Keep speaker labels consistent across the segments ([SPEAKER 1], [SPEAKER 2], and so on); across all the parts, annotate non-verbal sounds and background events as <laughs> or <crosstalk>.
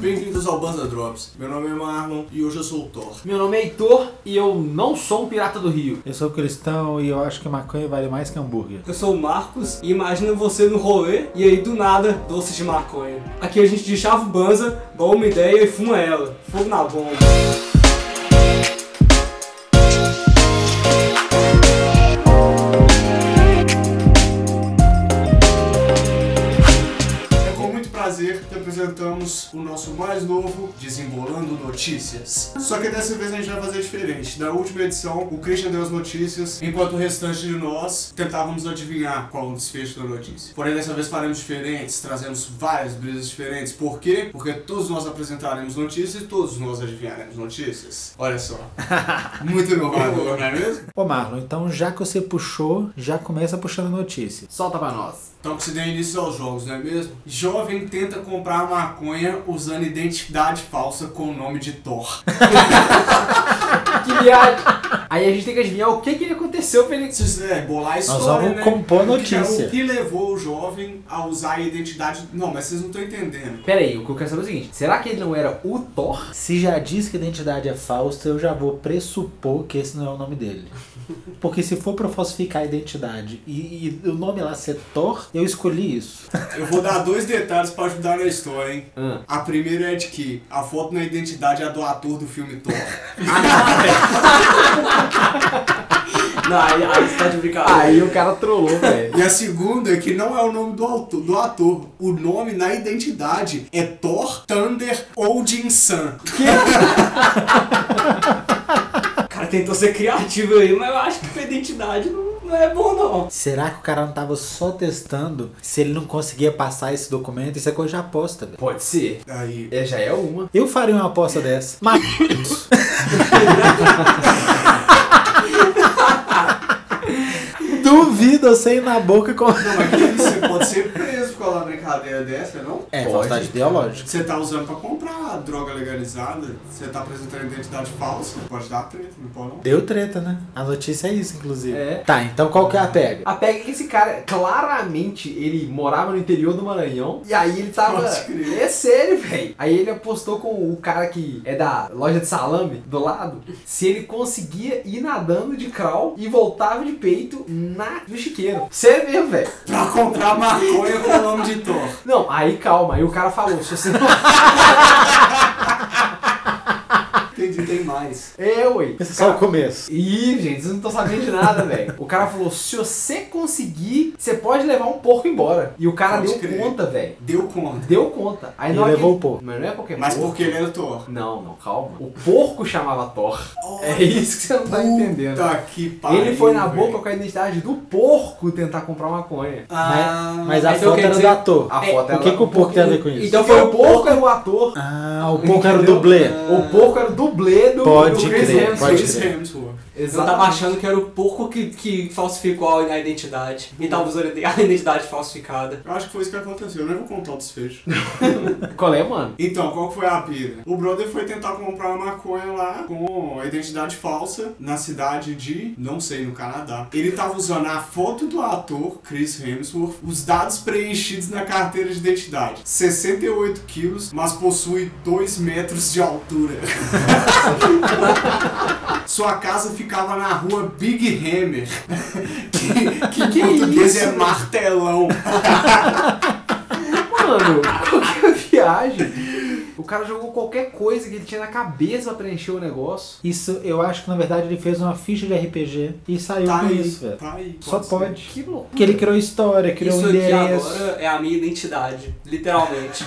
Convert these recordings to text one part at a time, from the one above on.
[SPEAKER 1] Bem-vindos ao Banza Drops. Meu nome é Marlon e hoje eu sou o Thor.
[SPEAKER 2] Meu nome é Heitor e eu não sou um pirata do Rio.
[SPEAKER 3] Eu sou cristão e eu acho que maconha vale mais que hambúrguer.
[SPEAKER 4] Eu sou o Marcos e imagina você no rolê e aí do nada, doce de maconha. Aqui a gente deixava o banza, bola uma ideia e fuma ela. Fogo na bomba.
[SPEAKER 1] É com muito prazer que apresentamos o nosso mais novo Desembolando Notícias. Só que dessa vez a gente vai fazer diferente. Na última edição, o Christian deu as notícias, enquanto o restante de nós tentávamos adivinhar qual o desfecho da notícia. Porém, dessa vez faremos diferentes, trazemos várias brisas diferentes. Por quê? Porque todos nós apresentaremos notícias e todos nós adivinharemos notícias. Olha <laughs> só. muito inovador, não é mesmo?
[SPEAKER 3] Ô Marlon, então já que você puxou, já começa puxando notícia.
[SPEAKER 2] Solta pra nós.
[SPEAKER 1] Então que se dê início aos jogos, não é mesmo? Jovem tenta comprar maconha usando identidade falsa com o nome de Thor.
[SPEAKER 2] Que viagem. Aí a gente tem que adivinhar o que que aconteceu pra ele...
[SPEAKER 1] Se você é, bolar a história,
[SPEAKER 3] Nós vamos
[SPEAKER 1] né?
[SPEAKER 3] compor
[SPEAKER 1] O que que é-
[SPEAKER 3] notícia.
[SPEAKER 1] O que levou o jovem a usar a identidade... Não, mas vocês não estão entendendo.
[SPEAKER 2] Pera aí, o que eu quero saber é o seguinte. Será que ele não era o Thor?
[SPEAKER 3] Se já diz que a identidade é falsa, eu já vou pressupor que esse não é o nome dele. Porque se for pra falsificar a identidade e, e o nome lá ser Thor, eu escolhi isso.
[SPEAKER 1] Eu vou dar dois detalhes pra ajudar na história, hein?
[SPEAKER 3] Ah.
[SPEAKER 2] Hã?
[SPEAKER 1] A primeira é de que a foto na identidade é a do ator do filme
[SPEAKER 3] <laughs>
[SPEAKER 1] Thor. Ah,
[SPEAKER 4] Não, aí, aí você tá de brincadeira.
[SPEAKER 2] Aí o cara trollou, velho.
[SPEAKER 1] E a segunda é que não é o nome do, auto- do ator. O nome na identidade é Thor Thunder Odinson.
[SPEAKER 4] O cara tentou ser criativo aí, mas eu acho que pra identidade não, não é bom não.
[SPEAKER 3] Será que o cara não tava só testando se ele não conseguia passar esse documento? Isso é coisa de aposta, velho.
[SPEAKER 2] Pode ser.
[SPEAKER 1] Aí...
[SPEAKER 2] É, já é uma.
[SPEAKER 3] Eu faria uma aposta dessa. Mas duvido você ir na boca com.
[SPEAKER 1] Não, mas que isso? Você pode ser preso com uma brincadeira dessa, não?
[SPEAKER 3] É,
[SPEAKER 2] Pode.
[SPEAKER 3] falsidade ideológica.
[SPEAKER 1] Você tá usando pra comprar droga legalizada, você tá apresentando identidade falsa, pode dar treta, não pode não.
[SPEAKER 3] Deu treta, né? A notícia é isso, inclusive.
[SPEAKER 2] É.
[SPEAKER 3] Tá, então qual que é a pega?
[SPEAKER 2] A pega é que esse cara, claramente, ele morava no interior do Maranhão. E aí ele tava.
[SPEAKER 1] Pode crer.
[SPEAKER 2] É sério, velho. Aí ele apostou com o cara que é da loja de salame do lado. Se ele conseguia ir nadando de crawl e voltava de peito na, no chiqueiro. Sério mesmo, velho.
[SPEAKER 1] Pra comprar maconha com o nome de Thor.
[SPEAKER 2] Não, aí calma. Aí o cara falou: se você não. <laughs>
[SPEAKER 1] Entendi, tem mais.
[SPEAKER 2] É, ué.
[SPEAKER 3] Esse é só o começo.
[SPEAKER 2] Ih, gente, vocês não estão sabendo de nada, velho. O cara falou: se você conseguir, você pode levar um porco embora. E o cara
[SPEAKER 1] Pode
[SPEAKER 2] deu
[SPEAKER 1] crer.
[SPEAKER 2] conta, velho.
[SPEAKER 1] Deu conta.
[SPEAKER 2] Deu conta. Aí
[SPEAKER 3] Ele
[SPEAKER 2] na hora que
[SPEAKER 3] levou
[SPEAKER 2] ele-
[SPEAKER 3] o porco.
[SPEAKER 2] Mas não é qualquer
[SPEAKER 1] Mas
[SPEAKER 2] porco.
[SPEAKER 1] porque ele era Thor.
[SPEAKER 2] Não, não, calma. O porco chamava Thor. É isso que você não tá entendendo.
[SPEAKER 1] Puta que pariu.
[SPEAKER 2] ele foi na
[SPEAKER 1] velho.
[SPEAKER 2] boca com a identidade do porco tentar comprar maconha.
[SPEAKER 1] Ah,
[SPEAKER 3] né? Mas a
[SPEAKER 4] Então
[SPEAKER 3] foto
[SPEAKER 4] quer
[SPEAKER 3] era do
[SPEAKER 4] dizer-
[SPEAKER 3] ator.
[SPEAKER 2] A foto
[SPEAKER 3] Ah, é,
[SPEAKER 2] é
[SPEAKER 3] O que, que o porco é
[SPEAKER 4] Ah,
[SPEAKER 3] tem a ver com isso?
[SPEAKER 2] Então foi Ah, o porco era o ator.
[SPEAKER 3] Ah, o porco era o
[SPEAKER 2] Entendeu? É.
[SPEAKER 3] dublê.
[SPEAKER 2] O porco era o dublê do,
[SPEAKER 3] Pode
[SPEAKER 2] do Chris
[SPEAKER 3] crer,
[SPEAKER 2] Hemsworth.
[SPEAKER 3] pode
[SPEAKER 1] Chris
[SPEAKER 3] crer. tá
[SPEAKER 1] Hemsworth.
[SPEAKER 4] Eu tava
[SPEAKER 2] Exatamente.
[SPEAKER 4] achando que era o porco que, que falsificou a identidade. E tava usando a identidade falsificada.
[SPEAKER 1] Eu acho que foi isso que aconteceu, eu nem vou contar o desfecho.
[SPEAKER 2] Qual é, mano?
[SPEAKER 1] Então, qual que foi a pira? O brother foi tentar comprar uma maconha lá com a identidade falsa na cidade de, não sei, no Canadá. Ele tava usando a foto do ator, Chris Hemsworth, os dados preenchidos na carteira de identidade. 68 quilos, mas possui 2 metros de altura. <laughs> Sua casa ficava na rua Big Hammer, <laughs> que, que,
[SPEAKER 2] Que
[SPEAKER 1] em português
[SPEAKER 2] isso,
[SPEAKER 1] é
[SPEAKER 2] né?
[SPEAKER 1] martelão.
[SPEAKER 3] É
[SPEAKER 2] <laughs> Mano, qualquer viagem. O cara jogou qualquer coisa que ele tinha na cabeça pra preencher o negócio.
[SPEAKER 3] Isso, eu acho que na verdade ele fez uma ficha de RPG e saiu
[SPEAKER 1] Tá
[SPEAKER 3] com
[SPEAKER 1] aí,
[SPEAKER 3] isso, velho.
[SPEAKER 1] tá aí.
[SPEAKER 3] Só
[SPEAKER 1] ser.
[SPEAKER 3] pode.
[SPEAKER 2] Que louco.
[SPEAKER 3] Porque ele criou história, criou
[SPEAKER 4] Isso
[SPEAKER 3] um
[SPEAKER 4] aqui
[SPEAKER 3] endereço.
[SPEAKER 4] agora é a minha identidade, literalmente.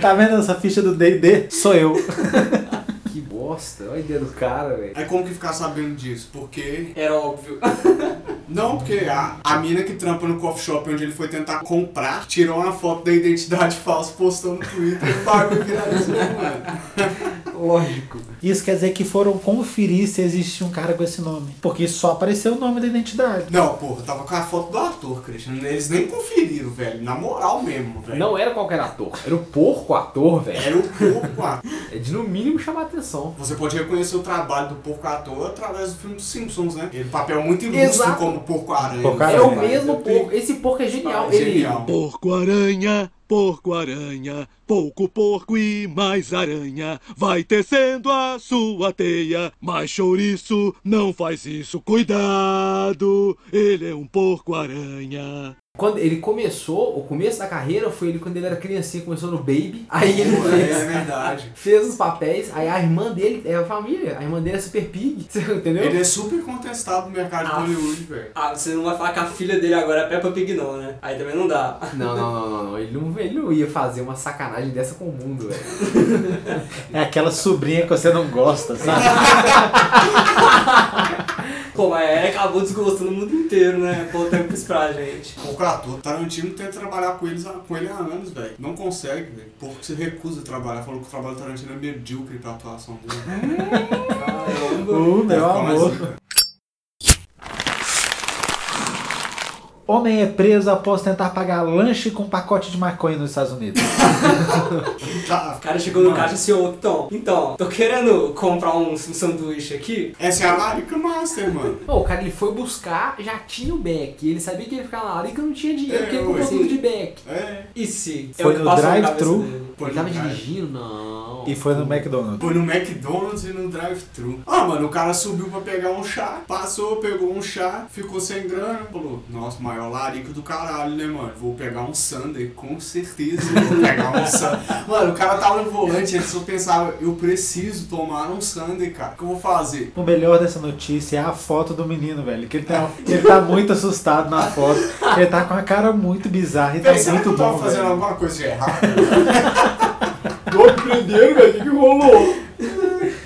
[SPEAKER 3] Tá vendo essa ficha do D&D? Sou eu.
[SPEAKER 2] Que bosta. Olha a ideia do cara, velho.
[SPEAKER 1] Aí como que ficar sabendo disso? Porque
[SPEAKER 4] Era óbvio.
[SPEAKER 1] Não, porque a, a mina que trampa no coffee shop onde ele foi tentar comprar tirou uma foto da identidade falsa, postou no Twitter e o bagulho viralizou, mano.
[SPEAKER 2] Lógico.
[SPEAKER 3] Isso quer dizer que foram conferir se existia um cara com esse nome. Porque só apareceu o nome da identidade.
[SPEAKER 1] Não, porra, eu tava com a foto do ator, Christian. Eles nem conferiram, velho. Na moral mesmo, velho.
[SPEAKER 2] Não era qualquer ator, era o porco ator, velho.
[SPEAKER 1] Era o porco ator.
[SPEAKER 2] É de no mínimo chamar atenção.
[SPEAKER 1] Você pode reconhecer o trabalho do porco ator através do filme dos Simpsons, né? Ele papel muito ilustre
[SPEAKER 2] Exato.
[SPEAKER 1] como porco aranha.
[SPEAKER 3] Porco
[SPEAKER 2] É
[SPEAKER 3] aranha.
[SPEAKER 2] o mesmo porco. Esse porco é genial. Ele
[SPEAKER 1] Genial.
[SPEAKER 5] Porco-aranha, porco-aranha, pouco porco e mais aranha. Vai tecendo a sua teia, mas chouriço não faz isso, cuidado, ele é um porco-aranha.
[SPEAKER 2] Quando ele começou, o começo da carreira foi ele quando ele era criancinha, começou no Baby. Aí ele
[SPEAKER 1] Porra,
[SPEAKER 2] fez,
[SPEAKER 1] É verdade.
[SPEAKER 2] fez os papéis, aí a irmã dele, é a família, a irmã dele é Super Pig, <laughs> você entendeu?
[SPEAKER 1] Ele é super contestado no mercado de
[SPEAKER 4] Ah.
[SPEAKER 1] Hollywood, velho.
[SPEAKER 4] Ah, você não vai falar que a filha dele agora é Peppa Pig não, né? Aí também não dá. <laughs>
[SPEAKER 2] Não, não, não, não, não. Ele, não, ele não ia fazer uma sacanagem dessa com o mundo, velho.
[SPEAKER 3] É aquela sobrinha que você não gosta,
[SPEAKER 1] <laughs>
[SPEAKER 3] sabe?
[SPEAKER 4] Pô, mas aí acabou desgostando o mundo inteiro, né? Pô, tempo isso pra gente.
[SPEAKER 1] Porco ator. Tarantino tenta trabalhar com, eles, com ele há anos, velho. Não consegue, velho. Porco se recusa a trabalhar. Falou que o trabalho do Tarantino é medíocre pra atuação dele.
[SPEAKER 3] Ah,
[SPEAKER 4] Caramba.
[SPEAKER 3] Uh, meu
[SPEAKER 1] Como
[SPEAKER 3] amor.
[SPEAKER 1] assim, cara?
[SPEAKER 3] Homem é preso após tentar pagar lanche com pacote de maconha nos Estados Unidos.
[SPEAKER 1] Tá.
[SPEAKER 4] O cara chegou no caixa e disse, ô, então, então, tô querendo comprar um, um sanduíche aqui.
[SPEAKER 1] Essa é a Larica Master, mano.
[SPEAKER 2] Pô, o cara ele foi buscar, já tinha o Beck. Ele sabia que ele ia ficar na larica, não tinha dinheiro, porque ele
[SPEAKER 1] É,
[SPEAKER 2] comprou
[SPEAKER 1] assim,
[SPEAKER 2] tudo de Beck.
[SPEAKER 1] É.
[SPEAKER 4] E se?
[SPEAKER 3] Foi
[SPEAKER 4] o que
[SPEAKER 3] no
[SPEAKER 4] passou na
[SPEAKER 3] drive-thru?
[SPEAKER 4] cabeça dele.
[SPEAKER 1] Pô,
[SPEAKER 2] Ele tava
[SPEAKER 1] no cara-
[SPEAKER 2] dirigindo? Não.
[SPEAKER 3] E foi no McDonald's.
[SPEAKER 1] Foi no McDonald's e no drive-thru. Ah, mano, o cara subiu pra pegar um chá, passou, pegou um chá, ficou sem grana, falou, nossa, maior larico do caralho, né, mano? Vou pegar um sundae, com certeza vou pegar um sundae. <laughs> Mano, o cara tava no volante, ele só pensava, eu preciso tomar um sundae, cara. O que eu vou fazer?
[SPEAKER 3] O melhor dessa notícia é a foto do menino, velho. Que ele tá, ele tá muito assustado na foto. Ele tá com a cara muito bizarra e tá
[SPEAKER 1] Véi, será que
[SPEAKER 3] muito
[SPEAKER 1] eu tava
[SPEAKER 3] bom,
[SPEAKER 1] fazendo
[SPEAKER 3] velho.
[SPEAKER 1] alguma coisa de errado? Tô primeiro, velho, o que que rolou?
[SPEAKER 3] <laughs>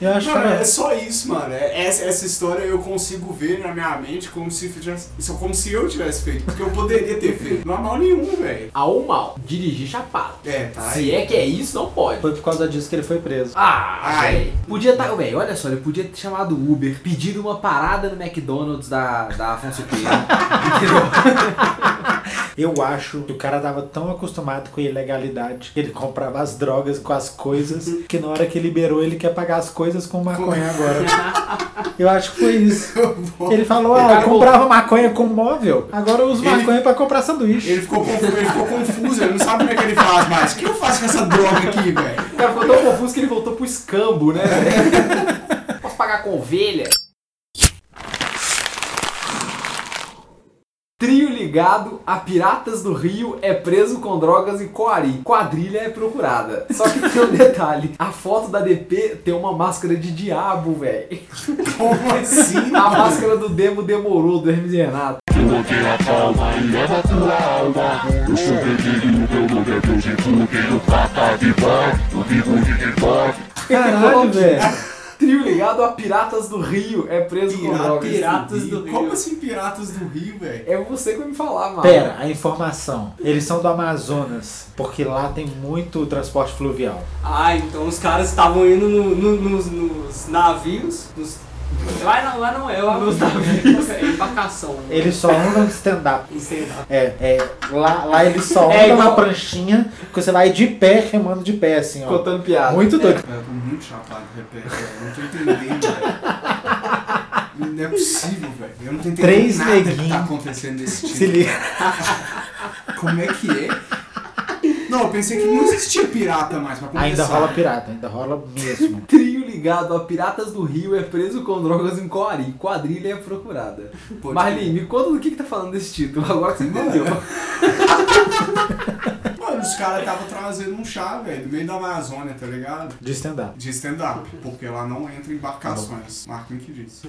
[SPEAKER 3] Eu acho que
[SPEAKER 1] Mano,
[SPEAKER 3] era-
[SPEAKER 1] é só isso, mano. É- Essa, essa história eu consigo ver na minha mente como se, fizesse- isso- como se eu tivesse feito. Porque eu poderia ter feito. Não há mal nenhum, velho.
[SPEAKER 2] <laughs> Ao mal, dirigir chapado.
[SPEAKER 1] É, tá. aí.
[SPEAKER 2] Se é que é isso, não pode.
[SPEAKER 3] foi por causa disso que ele foi preso.
[SPEAKER 2] Ah,
[SPEAKER 1] Ai.
[SPEAKER 2] velho. Podia estar. Tá, velho, olha só, ele podia ter chamado o Uber, pedido uma parada no McDonald's da, da Afonso Pena. entendeu?
[SPEAKER 3] Eu acho que o cara tava tão acostumado com a ilegalidade que ele comprava as drogas com as coisas que na hora que liberou ele quer pagar as coisas com maconha agora. Eu acho que foi isso. Ele falou, ah,
[SPEAKER 2] cara
[SPEAKER 3] eu comprava maconha com móvel, agora eu uso
[SPEAKER 1] Ele-
[SPEAKER 3] maconha pra comprar sanduíche.
[SPEAKER 1] Ele ficou, confuso, ele ficou confuso, ele não sabe como é que ele faz mais. O que eu faço com essa droga aqui, velho?
[SPEAKER 2] o cara ficou tão confuso que ele voltou pro escambo, né? velho? <laughs> Posso pagar com ovelha? Trio ligado a Piratas do Rio é preso com drogas em Coari. Quadrilha é procurada. Só que tem um detalhe: a foto da DP tem uma máscara de diabo, velho.
[SPEAKER 1] Como assim?
[SPEAKER 2] A máscara do Demo demorou, do Hermes e Renato.
[SPEAKER 3] Caralho, velho.
[SPEAKER 2] Trio ligado a Piratas do Rio é preso com
[SPEAKER 1] Piratas,
[SPEAKER 2] drogas.
[SPEAKER 4] Piratas do Rio.
[SPEAKER 1] Como assim Piratas do Rio, velho?
[SPEAKER 2] É você que vai me falar, mano.
[SPEAKER 3] Pera, a informação. Eles são do Amazonas, porque lá tem muito transporte fluvial.
[SPEAKER 4] Ah, então os caras estavam indo no- no- nos, nos navios, nos... Lá não, lá não é, lá nos navios. É embarcação. né?
[SPEAKER 3] Eles só andam de stand-up.
[SPEAKER 4] Sei lá.
[SPEAKER 3] É, é. Lá, lá eles só
[SPEAKER 4] É
[SPEAKER 3] andam na
[SPEAKER 4] igual-
[SPEAKER 3] pranchinha, que você vai de pé, remando de pé, assim, ó.
[SPEAKER 2] Contando piada.
[SPEAKER 3] Muito doido.
[SPEAKER 1] Eu tô muito chapado, repete, velho. Eu Não tô entendendo, velho. Não é possível, velho. Eu não tô entendendo
[SPEAKER 3] Três
[SPEAKER 1] nada que
[SPEAKER 3] neguinho.
[SPEAKER 1] tá acontecendo nesse
[SPEAKER 3] Se
[SPEAKER 1] time.
[SPEAKER 3] liga.
[SPEAKER 1] Como é que é? Não, eu pensei que não existia pirata mais pra começar.
[SPEAKER 3] Ah, Ainda rola pirata, ainda rola mesmo.
[SPEAKER 2] Trio ligado a Piratas do Rio é preso com drogas em Coari. Quadrilha é procurada.
[SPEAKER 1] Pode
[SPEAKER 2] Marlene, me conta do que, que tá falando desse título, agora <laughs> que você entendeu.
[SPEAKER 1] Mano, os caras estavam trazendo um chá, velho, do meio da Amazônia, tá ligado?
[SPEAKER 3] De stand-up.
[SPEAKER 1] De stand-up, porque lá não entra embarcações. Marquinhos que disse.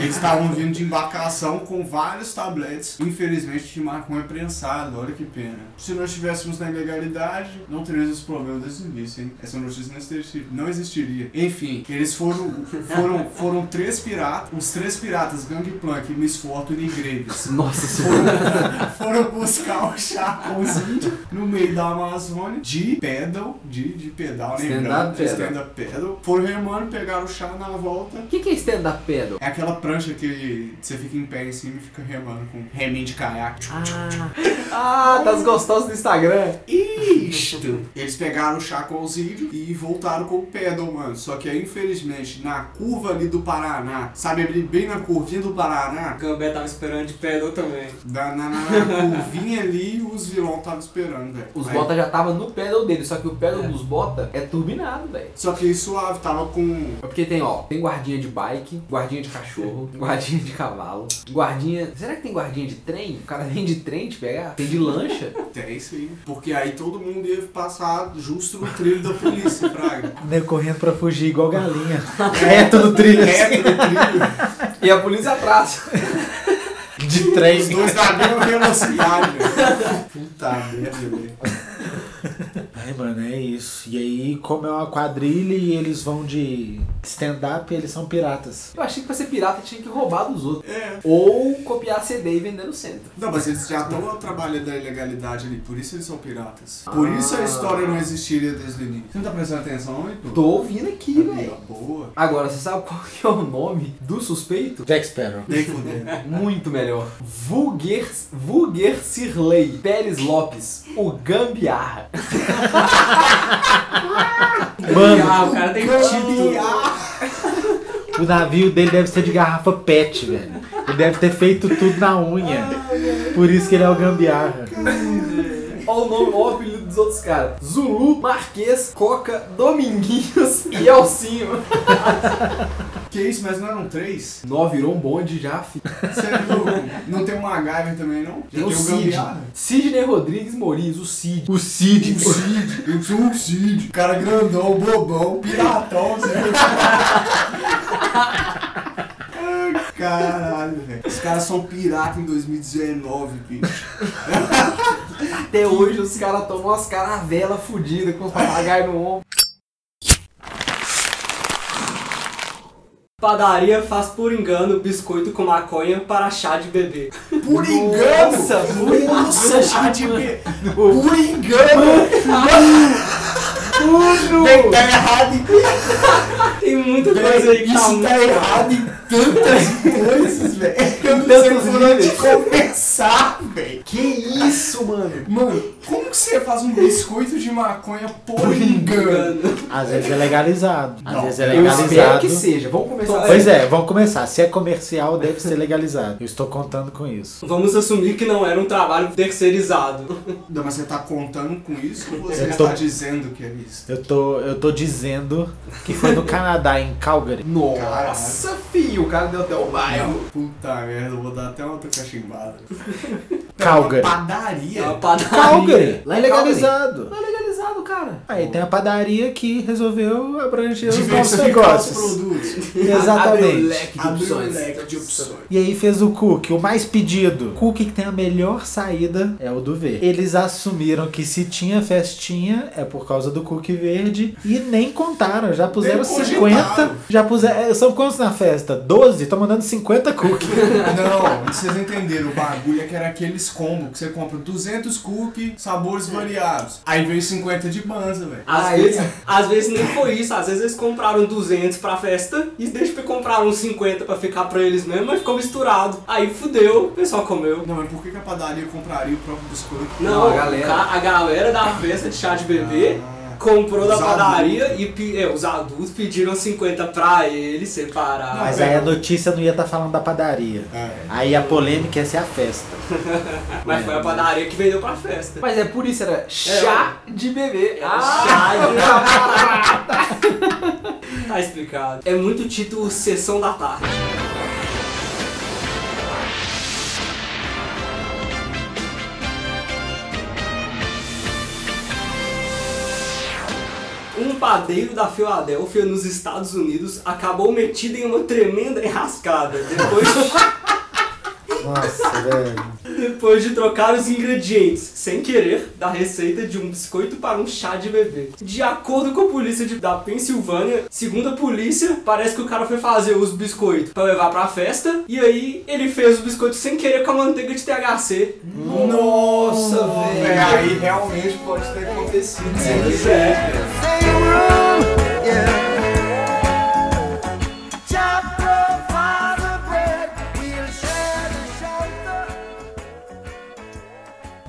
[SPEAKER 1] Eles estavam vindo de embarcação com vários tabletes, infelizmente de maconha prensado, olha que pena. Se nós estivéssemos na ilegalidade, não teríamos esse problema desse início, hein? Essa notícia não existiria. Não existiria. Enfim, eles foram, foram, foram três piratas, os três piratas, Gangplank, Miss Fortune e Graves.
[SPEAKER 2] Nossa senhora.
[SPEAKER 1] Foram- foram buscar o chá com os índios no meio da da Amazônia de pedal, de, de pedal,
[SPEAKER 2] Stand-up
[SPEAKER 1] lembrando,
[SPEAKER 2] pedal.
[SPEAKER 1] stand-up pedal. Foram remando, pegaram o chá na volta.
[SPEAKER 2] O que, que é stand-up pedal?
[SPEAKER 1] É aquela prancha que você fica em pé em cima e fica remando com reminho de caiaque. tipo,
[SPEAKER 2] Ah, ah das gostosas do Instagram.
[SPEAKER 1] Isto! Eles pegaram o chá com os índios e voltaram com o pedal, mano. Só que aí, infelizmente, na curva ali do Paraná, sabe ali bem na curvinha do Paraná?
[SPEAKER 4] A Gambé tava esperando de pedal também.
[SPEAKER 1] Da, na, na, na curvinha ali, os vilões estavam esperando, velho.
[SPEAKER 2] Os
[SPEAKER 1] Aí-
[SPEAKER 2] Bota já tava no pedal dele, só que o pedal dos Bota é turbinado, velho.
[SPEAKER 1] Só que suave, tava com.
[SPEAKER 2] É porque tem, ó, tem guardinha de bike, guardinha de <laughs> cachorro, guardinha de cavalo, guardinha. Será que tem guardinha de trem? O cara vem de trem te pegar? Tem de lancha?
[SPEAKER 1] É isso aí. Porque aí todo mundo ia passar justo no trilho da polícia,
[SPEAKER 2] <laughs>
[SPEAKER 1] Praga.
[SPEAKER 3] Nego correndo pra fugir igual galinha. Reto no trilho. assim.
[SPEAKER 1] Reto no trilho.
[SPEAKER 2] <laughs> e a polícia atrás.
[SPEAKER 3] De
[SPEAKER 1] Os
[SPEAKER 3] trem.
[SPEAKER 1] dois na mesma velocidade. velho. Puta merda, velho.
[SPEAKER 3] Ai, mano, é isso. E aí, como é uma quadrilha e eles vão de stand-up, eles são piratas.
[SPEAKER 2] Eu achei que pra ser pirata tinha que roubar dos outros.
[SPEAKER 1] É.
[SPEAKER 2] Ou copiar CD e vender no centro.
[SPEAKER 1] Não, mas eles já estão trabalhando da ilegalidade ali, por isso eles são piratas. Por isso a história não existiria desde o início. Você não tá prestando atenção, hein, tu?
[SPEAKER 2] Tô ouvindo aqui,
[SPEAKER 1] Aí,
[SPEAKER 2] velho.
[SPEAKER 1] ó, Boa.
[SPEAKER 2] Agora, você sabe qual que é o nome do suspeito?
[SPEAKER 3] Jack Sparrow.
[SPEAKER 1] Nem
[SPEAKER 2] <laughs>
[SPEAKER 1] fudendo.
[SPEAKER 2] Muito melhor. Vulguer, Vulguer Sirley Pérez Lopes, o Gambiarra.
[SPEAKER 4] Ah,
[SPEAKER 3] Mano,
[SPEAKER 4] o cara tem título.
[SPEAKER 3] o navio dele deve ser de garrafa pet, velho. Ele deve ter feito tudo na unha. Por isso que ele é o gambiarra.
[SPEAKER 2] Olha o nome, olha o apelido dos outros caras. Zulu, Marquês, Coca, Dominguinhos e Elcinho.
[SPEAKER 1] Que isso, mas não eram três?
[SPEAKER 2] Nó virou um bonde já, fi.
[SPEAKER 1] Sério, não tem um MacGyver também, não? Já
[SPEAKER 2] Tem o
[SPEAKER 1] um
[SPEAKER 2] Cid.
[SPEAKER 1] gambiarra?
[SPEAKER 2] Sidney Rodrigues Moriz, o Cid.
[SPEAKER 3] O Cid.
[SPEAKER 1] O Cid, eu sou um o Cid, cara grandão, bobão, piratão, Zé. Ai, Caralho, velho. Os caras são pirata em 2019, bicho.
[SPEAKER 2] Até hoje os caras tomam umas caravelas fodidas com os papagaios no ombro.
[SPEAKER 4] Padaria faz por engano biscoito com maconha para chá de bebê.
[SPEAKER 1] Por engano!
[SPEAKER 2] Nossa,
[SPEAKER 1] por
[SPEAKER 2] muito
[SPEAKER 1] engano,
[SPEAKER 2] bom,
[SPEAKER 1] Cid,
[SPEAKER 2] mano.
[SPEAKER 1] be- Por engano! Tem que tá errado em
[SPEAKER 4] Tem muita coisa aí que tá
[SPEAKER 1] Isso tá
[SPEAKER 4] muito-
[SPEAKER 1] errado em tantas coisas, velho. Eu não sei
[SPEAKER 2] tantos
[SPEAKER 1] por onde
[SPEAKER 2] níveis.
[SPEAKER 1] começar, velho.
[SPEAKER 2] Que isso, mano?
[SPEAKER 1] Mano, como que você faz um biscoito de maconha por engano?
[SPEAKER 3] Às vezes é legalizado. Às
[SPEAKER 1] Não,
[SPEAKER 3] vezes é
[SPEAKER 2] Eu espero
[SPEAKER 3] legalizado.
[SPEAKER 2] que seja. Vamos começar
[SPEAKER 3] Pois é, vamos começar. Se é comercial, deve ser legalizado. Eu estou contando com isso.
[SPEAKER 4] Vamos assumir que não era um trabalho terceirizado.
[SPEAKER 1] Não, mas você tá contando com isso ou você
[SPEAKER 3] Eu tô-
[SPEAKER 1] tá dizendo que é isso?
[SPEAKER 3] Eu tô, eu tô dizendo que foi no Canadá, em Calgary.
[SPEAKER 2] Nossa, filho, o cara deu até o bairro.
[SPEAKER 1] Puta merda, eu vou dar até outra cachimbada.
[SPEAKER 3] Calgary.
[SPEAKER 4] É
[SPEAKER 1] Padaria?
[SPEAKER 4] uma padaria.
[SPEAKER 3] Calgary!
[SPEAKER 2] Lá
[SPEAKER 3] Lá
[SPEAKER 2] em
[SPEAKER 3] é legalizado.
[SPEAKER 2] Tá legalizado, cara.
[SPEAKER 3] Aí tem a padaria que resolveu abranger os nossos
[SPEAKER 1] Diversificar os
[SPEAKER 3] negócios.
[SPEAKER 1] produtos.
[SPEAKER 2] Abre o
[SPEAKER 3] Exatamente.
[SPEAKER 2] leque de
[SPEAKER 1] Abrir um
[SPEAKER 2] opções.
[SPEAKER 1] leque de opções.
[SPEAKER 3] E aí fez o cookie, o mais pedido. Cookie que tem a melhor saída é o do verde. Eles assumiram que se tinha festinha é por causa do cookie verde e nem contaram, já puseram
[SPEAKER 1] Nem cogitaram.
[SPEAKER 3] 50. Já puseram, são quantos na festa? 12? Estão mandando 50
[SPEAKER 1] <laughs>
[SPEAKER 3] cookies.
[SPEAKER 1] Não, vocês entenderam, o bagulho é que era aqueles combos que você compra 200 cookies, sabores variados. Aí veio 50 de banza, velho.
[SPEAKER 4] Às
[SPEAKER 2] Aí-
[SPEAKER 4] vezes, às vezes nem foi isso, às vezes eles compraram 200 pra festa e depois compraram uns 50 pra ficar pra eles mesmo, mas ficou misturado. Aí fudeu, o pessoal comeu.
[SPEAKER 1] Não, mas por que, que a padaria compraria o próprio biscoito?
[SPEAKER 4] Não,
[SPEAKER 2] Não, a
[SPEAKER 4] o
[SPEAKER 2] galera.
[SPEAKER 4] ca- a galera da festa de chá de bebê
[SPEAKER 1] Ah.
[SPEAKER 4] comprou da
[SPEAKER 1] Os
[SPEAKER 4] padaria e pe- é, os adultos pediram 50 pra eles separar.
[SPEAKER 3] Mas aí a notícia não ia estar falando da padaria.
[SPEAKER 1] É.
[SPEAKER 3] Aí a polêmica ia ser a festa.
[SPEAKER 4] Mas foi a padaria que vendeu pra festa.
[SPEAKER 2] Mas é por isso, era chá de bebê. Ah,
[SPEAKER 4] Chá de- Tá explicado. É muito título Sessão da Tarde. Um padeiro da Filadélfia, nos Estados Unidos, acabou metido em uma tremenda enrascada depois,
[SPEAKER 3] Nossa, velho.
[SPEAKER 4] Depois de trocar os ingredientes, sem querer, da receita de um biscoito para um chá de bebê. De acordo com a polícia de- da Pensilvânia, segundo a polícia, parece que o cara foi fazer os biscoitos para levar pra festa, e aí ele fez os biscoitos sem querer com a manteiga de THC.
[SPEAKER 2] Nossa,
[SPEAKER 6] É, aí realmente pode ter acontecido.
[SPEAKER 4] Pois é.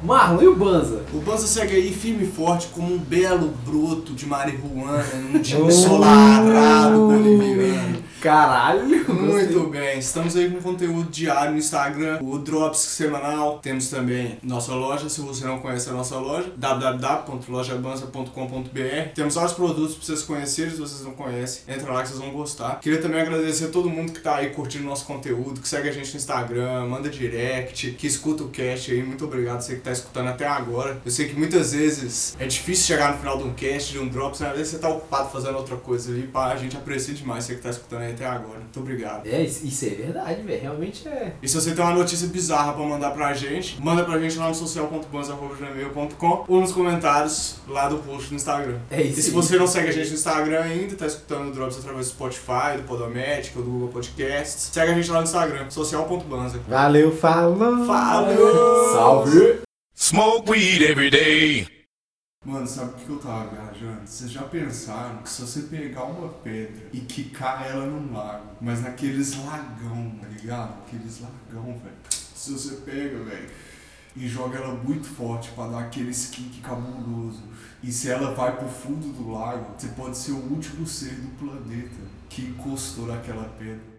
[SPEAKER 2] Marlon, e o Banza?
[SPEAKER 1] O Banza segue aí firme e forte como um belo broto de marihuana num dia ensolarado boliviano.
[SPEAKER 2] Caralho.
[SPEAKER 1] Muito bem, estamos aí com conteúdo diário no Instagram, o Drops semanal. Temos também nossa loja, se você não conhece a nossa loja, www.lojabanza.com.br. Temos vários produtos pra vocês conhecerem, se vocês não conhecem, entra lá que vocês vão gostar. Queria também agradecer a todo mundo que tá aí curtindo nosso conteúdo, que segue a gente no Instagram, manda direct, que escuta o cast aí. Muito obrigado você que tá escutando até agora. Eu sei que muitas vezes é difícil chegar no final de um cast, de um Drops, na verdade você tá ocupado fazendo outra coisa ali, pá, a gente aprecia demais você que tá escutando aí até agora. Muito obrigado.
[SPEAKER 2] É, isso isso é verdade, velho. Realmente é.
[SPEAKER 1] E se você tem uma notícia bizarra pra mandar pra gente, manda pra gente lá no social.bans.gmail.com ou nos comentários lá do post no Instagram.
[SPEAKER 2] É isso
[SPEAKER 1] E se
[SPEAKER 2] aí.
[SPEAKER 1] você não segue a gente no Instagram ainda, tá escutando o Drops através do Spotify, do Podomatic ou do Google Podcasts, segue a gente lá no Instagram, social.banza.
[SPEAKER 3] Valeu, falou!
[SPEAKER 1] Falou!
[SPEAKER 2] Salve!
[SPEAKER 5] Smoke weed every day.
[SPEAKER 1] Mano, sabe o que eu tava viajando? Vocês já pensaram que se você pegar uma pedra e quicar ela num lago, mas naqueles lagão, tá ligado? Aqueles lagão, velho. Se você pega, velho, e joga ela muito forte pra dar aqueles kick cabuloso, e se ela vai pro fundo do lago, você pode ser o último ser do planeta que encostou naquela pedra.